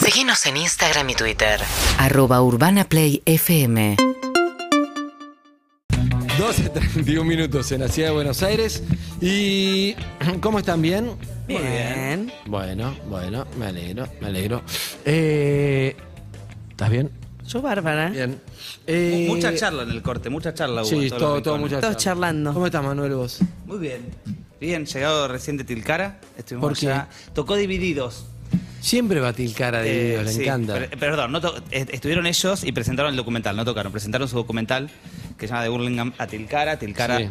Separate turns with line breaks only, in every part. Seguinos en Instagram y Twitter.
Arroba Urbana Play FM.
12.31 minutos en la ciudad de Buenos Aires. ¿Y cómo están? ¿Bien?
Bien.
Bueno, bueno, me alegro, me alegro. Eh, ¿Estás bien?
Yo bárbara.
Bien. Eh,
Mucha charla en el corte, mucha charla. hubo en
Sí,
todos
todo,
los
todo
rincones.
mucha
Todos
charla.
charlando.
¿Cómo estás, Manuel, vos?
Muy bien. Bien, llegado recién de Tilcara. Estuvimos
¿Por qué?
allá. Tocó Divididos.
Siempre va a tilcar a
Eh,
Divididos, le
sí,
encanta.
per- perdón, no to- est- estuvieron ellos y presentaron el documental, no tocaron, presentaron su documental que se llama De Burlingame a Tilcara, Tilcara
Sí.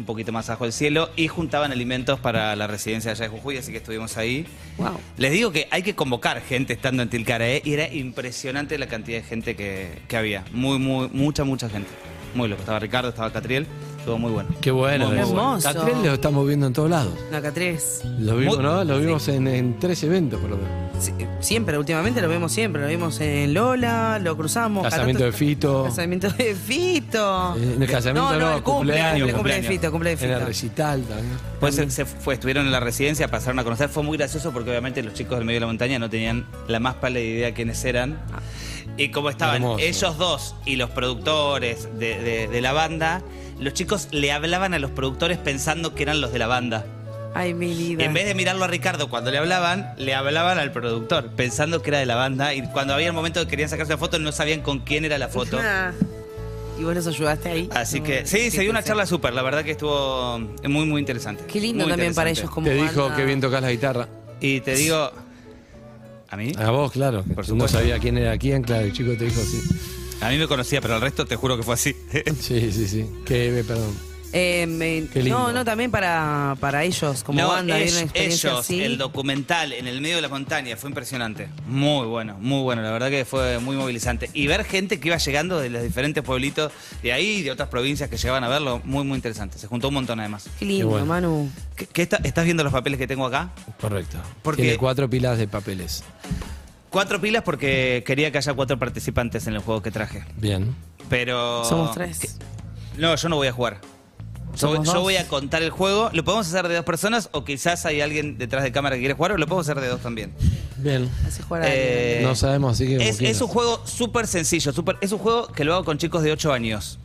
un poquito más abajo del cielo y juntaban alimentos para la residencia allá de Jujuy, así que estuvimos ahí.
Wow.
Les digo que hay que convocar gente estando en Tilcara, ¿eh? y era impresionante la cantidad de gente que, que había. Muy, muy, mucha, mucha gente. Muy loco. Estaba Ricardo, estaba Catriel, estuvo muy bueno.
Qué bueno.
Muy, muy
eso.
bueno.
Catriel lo estamos viendo en todos lados.
Acá tres.
Lo vimos,
Muy-
¿no? Lo vimos en, en tres eventos, por lo menos.
Sí, siempre, últimamente lo vemos siempre. Lo vimos en Lola, lo cruzamos.
Casamiento de
Catato-
Fito.
Casamiento de Fito.
Eh, en el casamiento
no,
no,
el cumpleaños.
cumpleaños.
El cumpleaños de Fito, cumpleaños de
En el
Fito.
recital también.
Pues se, se fue, estuvieron en la residencia, pasaron a conocer, fue muy gracioso porque obviamente los chicos del medio de la montaña no tenían la más pálida idea de quiénes eran. Y como estaban
Hermoso.
ellos dos y los productores de, de- de la banda, los chicos le hablaban a los productores pensando que eran los de la banda.
Ay, mi vida.
En vez de mirarlo a Ricardo cuando le hablaban, le hablaban al productor pensando que era de la banda y cuando había el momento que querían sacarse la foto no sabían con quién era la foto.
Ah, Y vos los ayudaste ahí.
Así
No,
que sí, se dio una
sí.
charla súper, la verdad que estuvo muy muy interesante.
Qué lindo
Muy
también para
interesante.
ellos como
Te dijo
banda.
que bien tocas la guitarra.
Y te digo. ¿A mí?
A vos, claro. Por
supuesto.
No sabía quién era quién, claro. El chico te dijo sí.
A mí me conocía, pero el resto te juro que fue así.
Sí, sí, sí. Que, eh, perdón.
Eh, me-
Qué lindo.
No, no, también para, para ellos como
No,
banda.
ell-
vivir una experiencia
ellos,
así.
el documental en el medio de la montaña fue impresionante. Muy bueno, muy bueno. La verdad que fue muy movilizante. Y ver gente que iba llegando de los diferentes pueblitos de ahí y de otras provincias que llegaban a verlo, muy, muy interesante. Se juntó un montón además.
Qué lindo,
Qué bueno.
Manu.
¿Qué, qué está- ¿Estás viendo los papeles que tengo acá?
Correcto.
Porque-
Tiene cuatro pilas de papeles.
Cuatro pilas porque quería que haya cuatro participantes en el juego que traje.
Bien.
Pero.
Somos tres.
No, yo no voy a jugar. Yo,
Somos
yo
dos.
voy a contar el juego. ¿Lo podemos hacer de dos personas o quizás hay alguien detrás de cámara que quiere jugar o lo podemos hacer de dos también?
Bien.
Así jugar a
Eh,
No sabemos, así que como
Es,
quieras.
es un juego súper sencillo. súper- es un juego que lo hago con chicos de 8 años.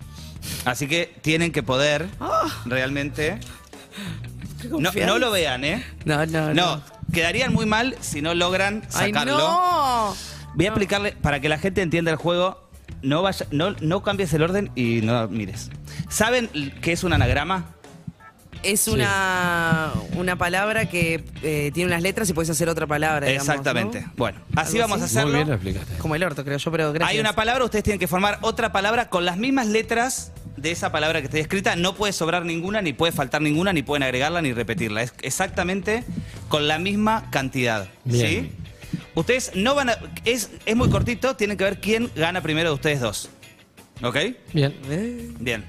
Así que tienen que poder
Ah.
realmente... No, no lo vean, ¿eh?
No, no,
No, quedarían muy mal si no logran
¡Ay,
sacarlo.
no!
Voy a explicarle, para que la gente entienda el juego, no, vaya, no, no cambies el orden y no mires. ¿Saben l- qué es un anagrama?
Es una, una palabra que eh, tiene unas letras y puedes hacer otra palabra. digamos,
Exactamente.
¿no?
Bueno, así
Algo
vamos a
así.
hacerlo.
Muy bien lo explicaste.
Como el orto, creo yo, pero gracias.
Hay una palabra, ustedes tienen que formar otra palabra con las mismas letras de esa palabra que está escrita. No puede sobrar ninguna, ni puede faltar ninguna, ni pueden agregarla ni repetirla. Es exactamente con la misma cantidad.
Bien.
¿Sí? Ustedes no van a. Es, es muy cortito, tienen que ver quién gana primero de ustedes dos. ¿Ok?
Bien.
Bien.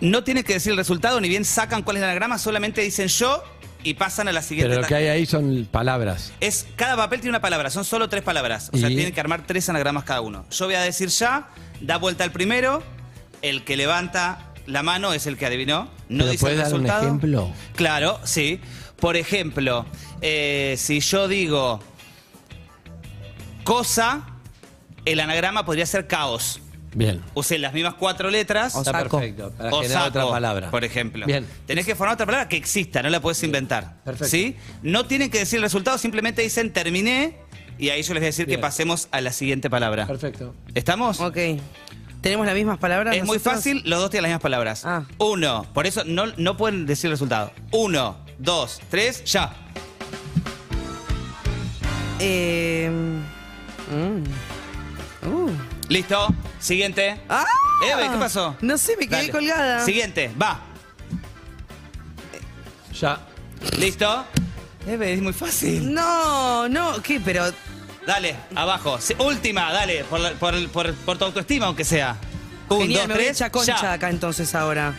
No tienen que decir el resultado, ni bien sacan cuál es el anagrama, solamente dicen yo y pasan a la siguiente.
Pero lo
ta-
que hay ahí son palabras.
es cada papel tiene una palabra, son solo tres palabras. O sea,
Y-
tienen que armar tres anagramas cada uno. Yo voy a decir ya, da vuelta al primero, el que levanta la mano es el que adivinó. No
¿Pero
dice
puedes
el
dar un
resultado.
ejemplo?
Claro, sí. Por ejemplo, eh, si yo digo cosa, el anagrama podría ser caos.
Bien.
Usé las mismas cuatro letras.
O
Está
saco.
perfecto. Para
O
generar
saco,
otra palabra.
Por ejemplo.
Bien.
Tenés que formar otra palabra que exista, no la puedes inventar.
Perfecto.
¿Sí? No tienen que decir el resultado, simplemente dicen terminé y ahí yo les voy a decir
Bien.
que pasemos a la siguiente palabra.
Perfecto.
¿Estamos?
Ok. ¿Tenemos las mismas palabras?
Es muy
nosotros?
fácil, los dos tienen las mismas palabras.
Ah.
Uno, por eso no, no pueden decir el resultado. Uno, dos, tres, ya.
Eh, mm. Uh.
Listo. Siguiente.
¡Ah!
Eve, ¿qué pasó?
No sé, me quedé
Dale.
colgada.
Siguiente, va.
Ya.
Listo. Eve, es muy fácil.
No, no, ¿qué? Pero.
Dale, abajo. Se- Última, dale, por, la- por- por- por tu autoestima, aunque sea. Un,
genial, me
dos,
voy
tres,
hecha concha
ya.
acá entonces ahora.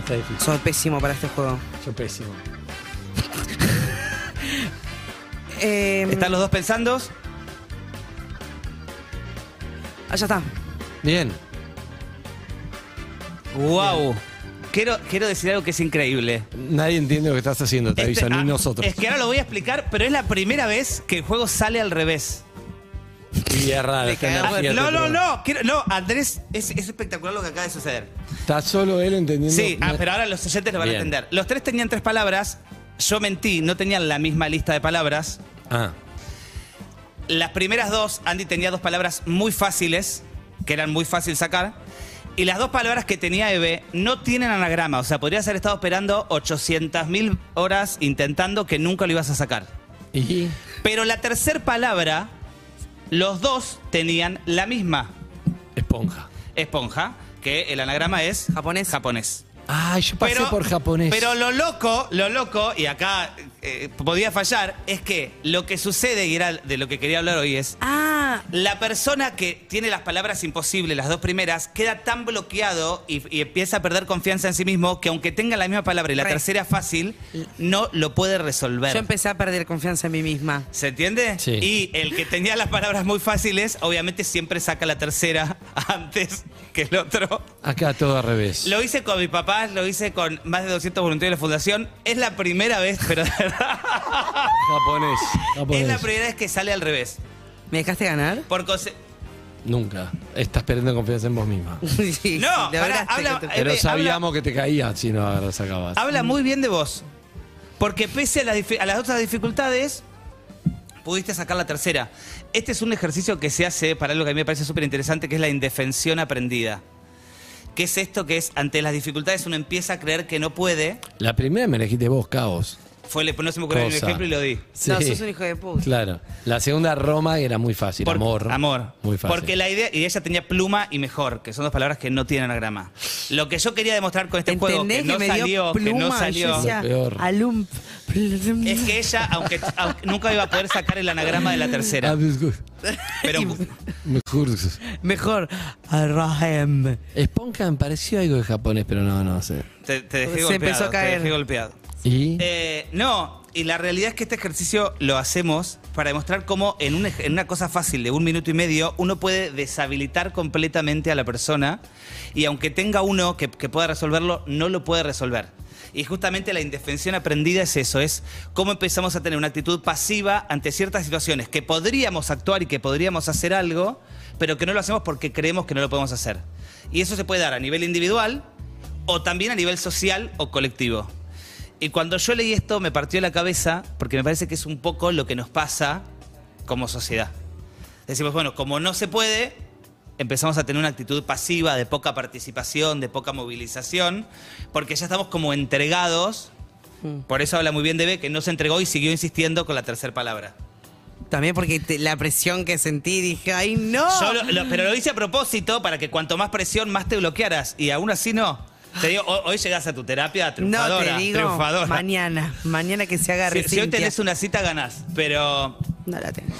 Está difícil.
Soy pésimo para este juego.
Yo pésimo.
Eh,
¿Están los dos pensando?
Allá ah, está.
Bien.
¡Wow! quiero, quiero decir algo que es increíble.
Nadie entiende lo que estás haciendo, te
Este-
aviso,
ah,
ni nosotros.
Es que ahora lo voy a explicar, pero es la primera vez que el juego sale al revés.
Y es raro, está en la
Ah,
fíjate,
no, no,
pero-
no, quiero- no, Andrés, es, es espectacular lo que acaba de suceder.
Está solo él entendiendo.
Sí, ah, pero ahora los oyentes lo van
Bien.
a entender. Los tres tenían tres palabras, yo mentí, no tenían la misma lista de palabras.
Ah,
Las primeras dos, Andy tenía dos palabras muy fáciles, que eran muy fácil sacar. Y las dos palabras que tenía Eve no tienen anagrama. O sea, podrías haber estado esperando 800.000 horas intentando que nunca lo ibas a sacar.
y
Pero la tercera palabra, los dos tenían la misma
esponja.
esponja, que el anagrama es
Japonés.
Japonés.
Ah, yo pasé por japonés.
Pero lo loco, lo loco, y acá eh, podía fallar, es que lo que sucede, y era de lo que quería hablar hoy, es
Ah,
la persona que tiene las palabras imposibles, las dos primeras, queda tan bloqueado y, y empieza a perder confianza en sí mismo que aunque tenga la misma palabra y la
Re.
tercera fácil, no lo puede resolver.
yo empecé a perder confianza en mí misma.
¿Se entiende?
Sí.
Y el que tenía las palabras muy fáciles, obviamente siempre saca la tercera antes que el otro.
Acá todo al revés.
Lo hice con mis papás, lo hice con más de 200 voluntarios de la fundación. Es la primera vez, pero de verdad,
Japonés.
es la
japonés.
primera vez que sale al revés.
¿Me dejaste ganar?
Por conse-
Nunca. Estás perdiendo confianza en vos misma.
Sí,
No,
la
pará,
verdad es que
habla-
te-
Eh,
Pero
habla-
sabíamos que te caía si no la sacabas.
Habla muy bien de vos. Porque pese a las, difi- a las otras dificultades, pudiste sacar la tercera. Este es un ejercicio que se hace para algo que a mí me parece súper interesante, que es la indefensión aprendida. ¿Qué es esto que es ante las dificultades uno empieza a creer que no puede?
La primera me elegiste vos, caos.
Fue, le- no se me ocurrió un
Cosa.
ejemplo y lo di.
No, sos un hijo de puta.
Claro. La segunda, Roma, era muy fácil.
Por-
amor.
Amor.
Muy fácil.
Porque la idea, y ella tenía pluma y mejor, que son dos palabras que no tienen anagrama. Lo que yo quería demostrar con este juego, que
¿Entendés
no
me
salió,
dio
que
pluma?
no
Y yo
salió,
decía,
Lo peor.
alum, plum.
es que ella, aunque, aunque nunca iba a poder sacar el anagrama de la
Ah,
tercera,
disgu-
pero
Mejor.
Mejor, arrahem.
Esponja me pareció algo de japonés, pero no, no sé.
te, te dejé
Se
golpeado.
empezó a
te
caer.
dejé golpeado.
¿Y?
Eh, no, y la realidad es que este ejercicio lo hacemos para demostrar cómo en, un ej- en una cosa fácil de un minuto y medio uno puede deshabilitar completamente a la persona y aunque tenga uno que, que pueda resolverlo, no lo puede resolver. Y justamente la indefensión aprendida es eso, es cómo empezamos a tener una actitud pasiva ante ciertas situaciones que podríamos actuar y que podríamos hacer algo, pero que no lo hacemos porque creemos que no lo podemos hacer. Y eso se puede dar a nivel individual o también a nivel social o colectivo. Y cuando yo leí esto me partió la cabeza porque me parece que es un poco lo que nos pasa como sociedad. Decimos, bueno, como no se puede, empezamos a tener una actitud pasiva, de poca participación, de poca movilización, porque ya estamos como entregados.
Mm.
Por eso habla muy bien de B, que no se entregó y siguió insistiendo con la tercera palabra.
También porque te- la presión que sentí, dije, ¡ay no!
Yo lo- lo- pero lo hice a propósito para que cuanto más presión, más te bloquearas. Y aún así no. Te digo, ho- hoy, llegás a tu terapia
no
triunfadora.
te digo,
triunfadora.
mañana, mañana que se haga
Si- si hoy
Cintia.
tenés una cita, ganás. Pero
No la tengo.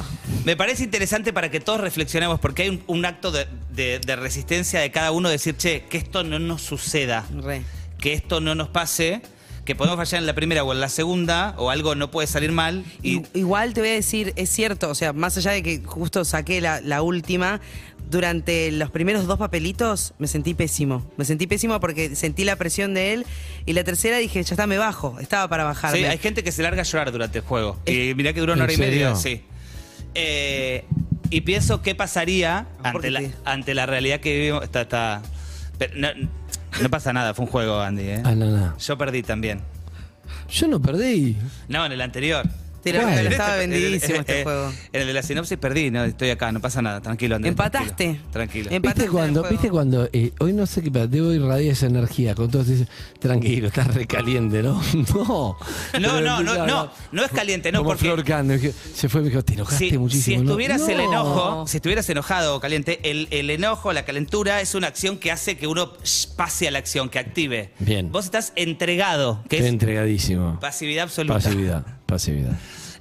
Me parece interesante para que todos reflexionemos, porque hay un, un acto de, de- de resistencia de cada uno, decir, che, que esto no nos suceda,
Re.
que esto no nos pase, que podemos fallar en la primera o en la segunda, o algo no puede salir mal. Y,
I- Igual te voy a decir, es cierto, o sea, más allá de que justo saqué la, la última, durante los primeros dos papelitos me sentí pésimo. Me sentí pésimo porque sentí la presión de él y la tercera dije, ya está, me bajo. Estaba para bajarme.
Sí, hay gente que se larga a llorar durante el juego. Y mirá que duró una
Eh, ¿En
hora y media.
serio?
Sí. Eh, y pienso qué pasaría
Ah,
ante
porque
la,
te-
ante la realidad que vivimos. Está, está- pero no, no pasa nada, fue un juego, Andy. ¿eh?
Ah, no, no.
Yo perdí también.
Yo no perdí.
No, en el anterior.
Te lo-
En
te lo
el-
estaba
en el-
vendidísimo este
eh,
juego.
En el de la sinopsis perdí, no, estoy acá, no pasa nada, tranquilo. Andrés,
Empataste.
Tranquilo. tranquilo.
Em- Empate
¿Viste
en
cuando,
el juego.
¿viste cuando eh, hoy no sé qué, pero debo irradiar esa energía? Con todos dicen, tranquilo, estás recaliente, ¿no? No.
No,
Pero
no,
empezaba
no,
a
no,
hablar
no es caliente, no,
como
porque
Flor Cano, dije- se fue y me dijo, te enojaste
si, si
muchísimo. ¿no?".
estuvieras el
No.
enojo, si estuvieras enojado o caliente, el, el enojo, la calentura es una acción que hace que uno sh, pase a la acción, que active.
Bien.
Vos estás entregado, que
Estoy
es
entregadísimo.
pasividad absoluta.
Pasividad, pasividad.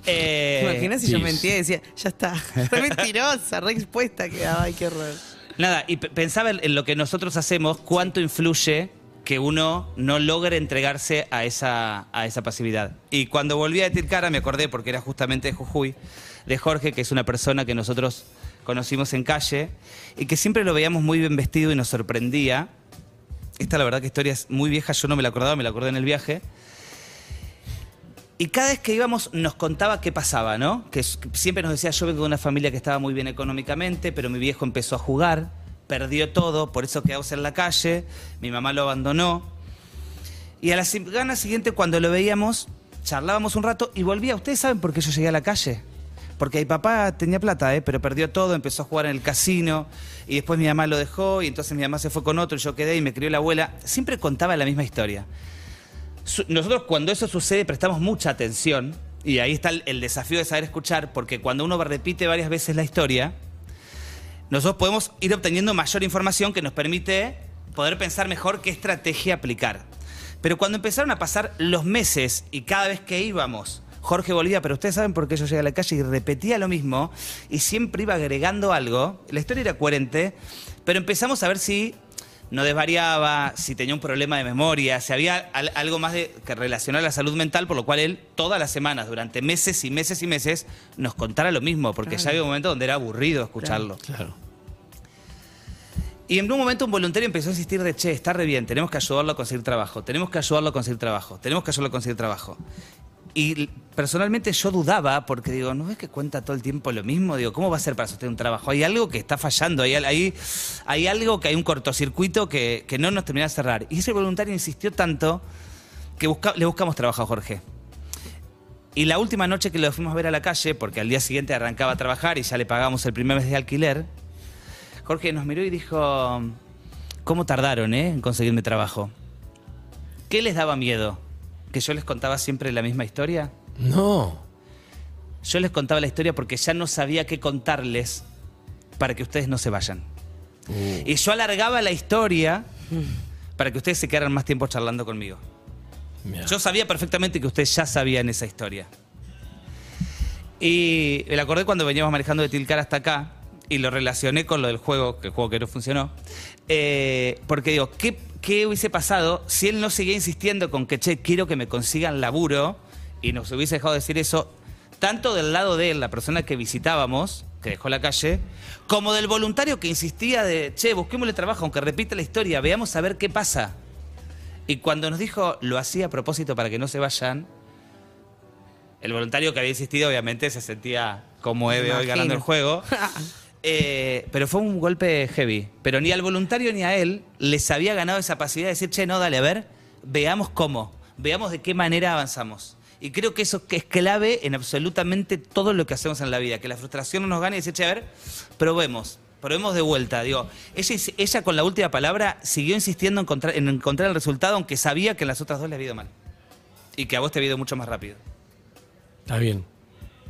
Eh,
¿Te imaginas si yo
sí.
mentía y decía, ya está, re mentirosa, re expuesta que ay, qué horror.
Nada, y pe- pensaba en en lo que nosotros hacemos, cuánto influye que uno no logre entregarse a esa, a esa pasividad. Y cuando volví a decir cara, me acordé, porque era justamente de Jujuy, de Jorge, que es una persona que nosotros conocimos en calle y que siempre lo veíamos muy bien vestido y nos sorprendía. Esta, la verdad, que historia es muy vieja. Yo no me la acordaba, me la acordé en el viaje. Y cada vez que íbamos nos contaba qué pasaba, ¿no? Que s- que siempre nos decía, yo vengo de una familia que estaba muy bien económicamente, pero mi viejo empezó a jugar, perdió todo, por eso quedamos en la calle, mi mamá lo abandonó. Y a la semana siguiente, cuando lo veíamos, charlábamos un rato y volvía. ¿Ustedes saben por qué yo llegué a la calle? Porque mi papá tenía plata, ¿eh? pero perdió todo, empezó a jugar en el casino y después mi mamá lo dejó y entonces mi mamá se fue con otro y yo quedé y me crió la abuela. Siempre contaba la misma historia. Su- Nosotros cuando eso sucede prestamos mucha atención y ahí está el, el desafío de saber escuchar porque cuando uno repite varias veces la historia, nosotros podemos ir obteniendo mayor información que nos permite poder pensar mejor qué estrategia aplicar. Pero cuando empezaron a pasar los meses y cada vez que íbamos, Jorge volvía, pero ustedes saben por qué yo llegué a la calle y repetía lo mismo y siempre iba agregando algo. La historia era coherente, pero empezamos a ver si no desvariaba, si tenía un problema de memoria, si había al- algo más de, que relacionar la salud mental, por lo cual él todas las semanas, durante meses y meses y meses, nos contara lo mismo, porque ya había un momento donde era aburrido escucharlo.
Claro.
Y en un momento un voluntario empezó a insistir de, che, está re bien, tenemos que ayudarlo a conseguir trabajo, tenemos que ayudarlo a conseguir trabajo, tenemos que ayudarlo a conseguir trabajo. Y l- personalmente yo dudaba porque digo, ¿no ves que cuenta todo el tiempo lo mismo? Digo, ¿cómo va a ser para sostener un trabajo? Hay algo que está fallando, hay, al- hay, hay algo que hay un cortocircuito que, que no nos termina de cerrar. Y ese voluntario insistió tanto que busca- le buscamos trabajo a Jorge. Y la última noche que lo fuimos a ver a la calle, porque al día siguiente arrancaba a trabajar y ya le pagamos el primer mes de alquiler, Jorge nos miró y dijo, ¿cómo tardaron eh, en conseguirme trabajo? ¿Qué les daba miedo? ¿Que yo les contaba siempre la misma historia?
No.
Yo les contaba la historia porque ya no sabía qué contarles para que ustedes no se vayan.
Uh,
Y yo alargaba la historia para que ustedes se quedaran más tiempo charlando conmigo.
Mirá.
Yo sabía perfectamente que ustedes ya sabían esa historia. Y me la acordé cuando veníamos manejando de Tilcara hasta acá y lo relacioné con lo del juego, que el juego que no funcionó. Eh, porque digo, ¿qué, qué hubiese pasado si él no seguía insistiendo con que, che, quiero que me consigan laburo? Y nos hubiese dejado decir eso, tanto del lado de él, la persona que visitábamos, que dejó la calle, como del voluntario que insistía de, che, busquémosle trabajo, aunque repita la historia, veamos a ver qué pasa. Y cuando nos dijo, lo hacía a propósito para que no se vayan, el voluntario que había insistido, obviamente, se sentía como Eve hoy
Imagino.
ganando el juego. Eh, pero fue un golpe heavy. Pero ni al voluntario ni a él les había ganado esa capacidad de decir, che, no, dale, a ver, veamos cómo, veamos de qué manera avanzamos. Y creo que eso que es clave en absolutamente todo lo que hacemos en la vida, que la frustración no nos gane y decir, che, a ver, probemos, probemos de vuelta. Digo, ella, ins- ella con la última palabra siguió insistiendo en encontrar, en encontrar el resultado, aunque sabía que en las otras dos le había ido mal. Y que a vos te había ido mucho más rápido.
Está bien.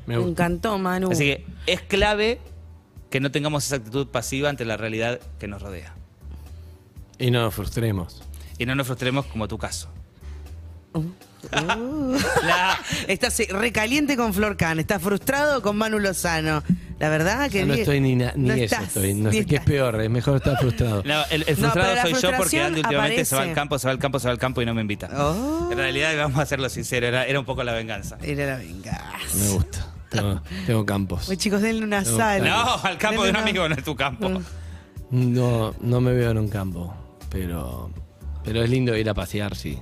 Me
Me
gusta.
encantó, Manu.
Así que es clave que no tengamos esa actitud pasiva ante la realidad que nos rodea.
Y no nos frustremos.
Y no nos frustremos como tu caso.
Estás eh, recaliente con Flor Can, estás frustrado con Manu Lozano. La verdad que
Ya no
bien.
estoy ni, na- ni
No
eso.
estás,
estoy. No
ni
sé qué es
estás.
peor. Es mejor estar frustrado.
No, el, el
No,
frustrado
pero la
soy yo porque
frustración
Andy últimamente se va al
aparece.
campo, se va al campo, se va al campo y no me invita.
Oh.
En realidad, vamos a serlo sincero, era, era un poco la venganza.
Era la venganza.
Me gusta. Tengo, tengo campos.
Oye, chicos, denle una
No,
sal.
No, al campo de un
Denle una-
amigo no es tu
Mm.
campo.
No, no me veo en un campo. Pero, pero es lindo ir a pasear, sí.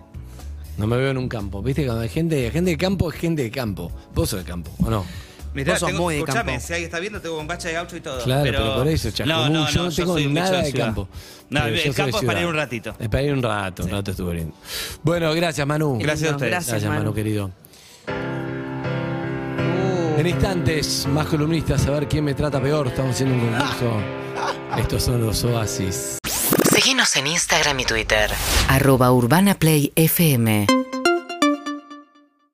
No me veo en un campo. Viste, cuando hay gente, gente de campo, es gente de campo. Vos sos de campo, ¿o no?
Mirá,
Vos sos
tengo,
muy de
escuchame,
campo.
si alguien está viendo, tengo bombacha de gaucho y todo.
Claro, pero, por eso, Chaco,
No, no,
yo no,
yo
tengo
soy mucho
nada de,
ciudad.
campo.
No,
Pero
el
yo soy de
campo es para
ciudad.
ir un ratito.
Es para ir un rato, un rato estuve lindo. Bueno, gracias, Manu.
Gracias a ustedes.
Gracias,
Gracias, Manu,
Manu.
querido.
Uh.
En instantes, más columnistas, a ver quién me trata peor. Estamos haciendo un concurso. Estos son los oasis.
Seguinos en Instagram y Twitter.
arroba urbanaplayfm.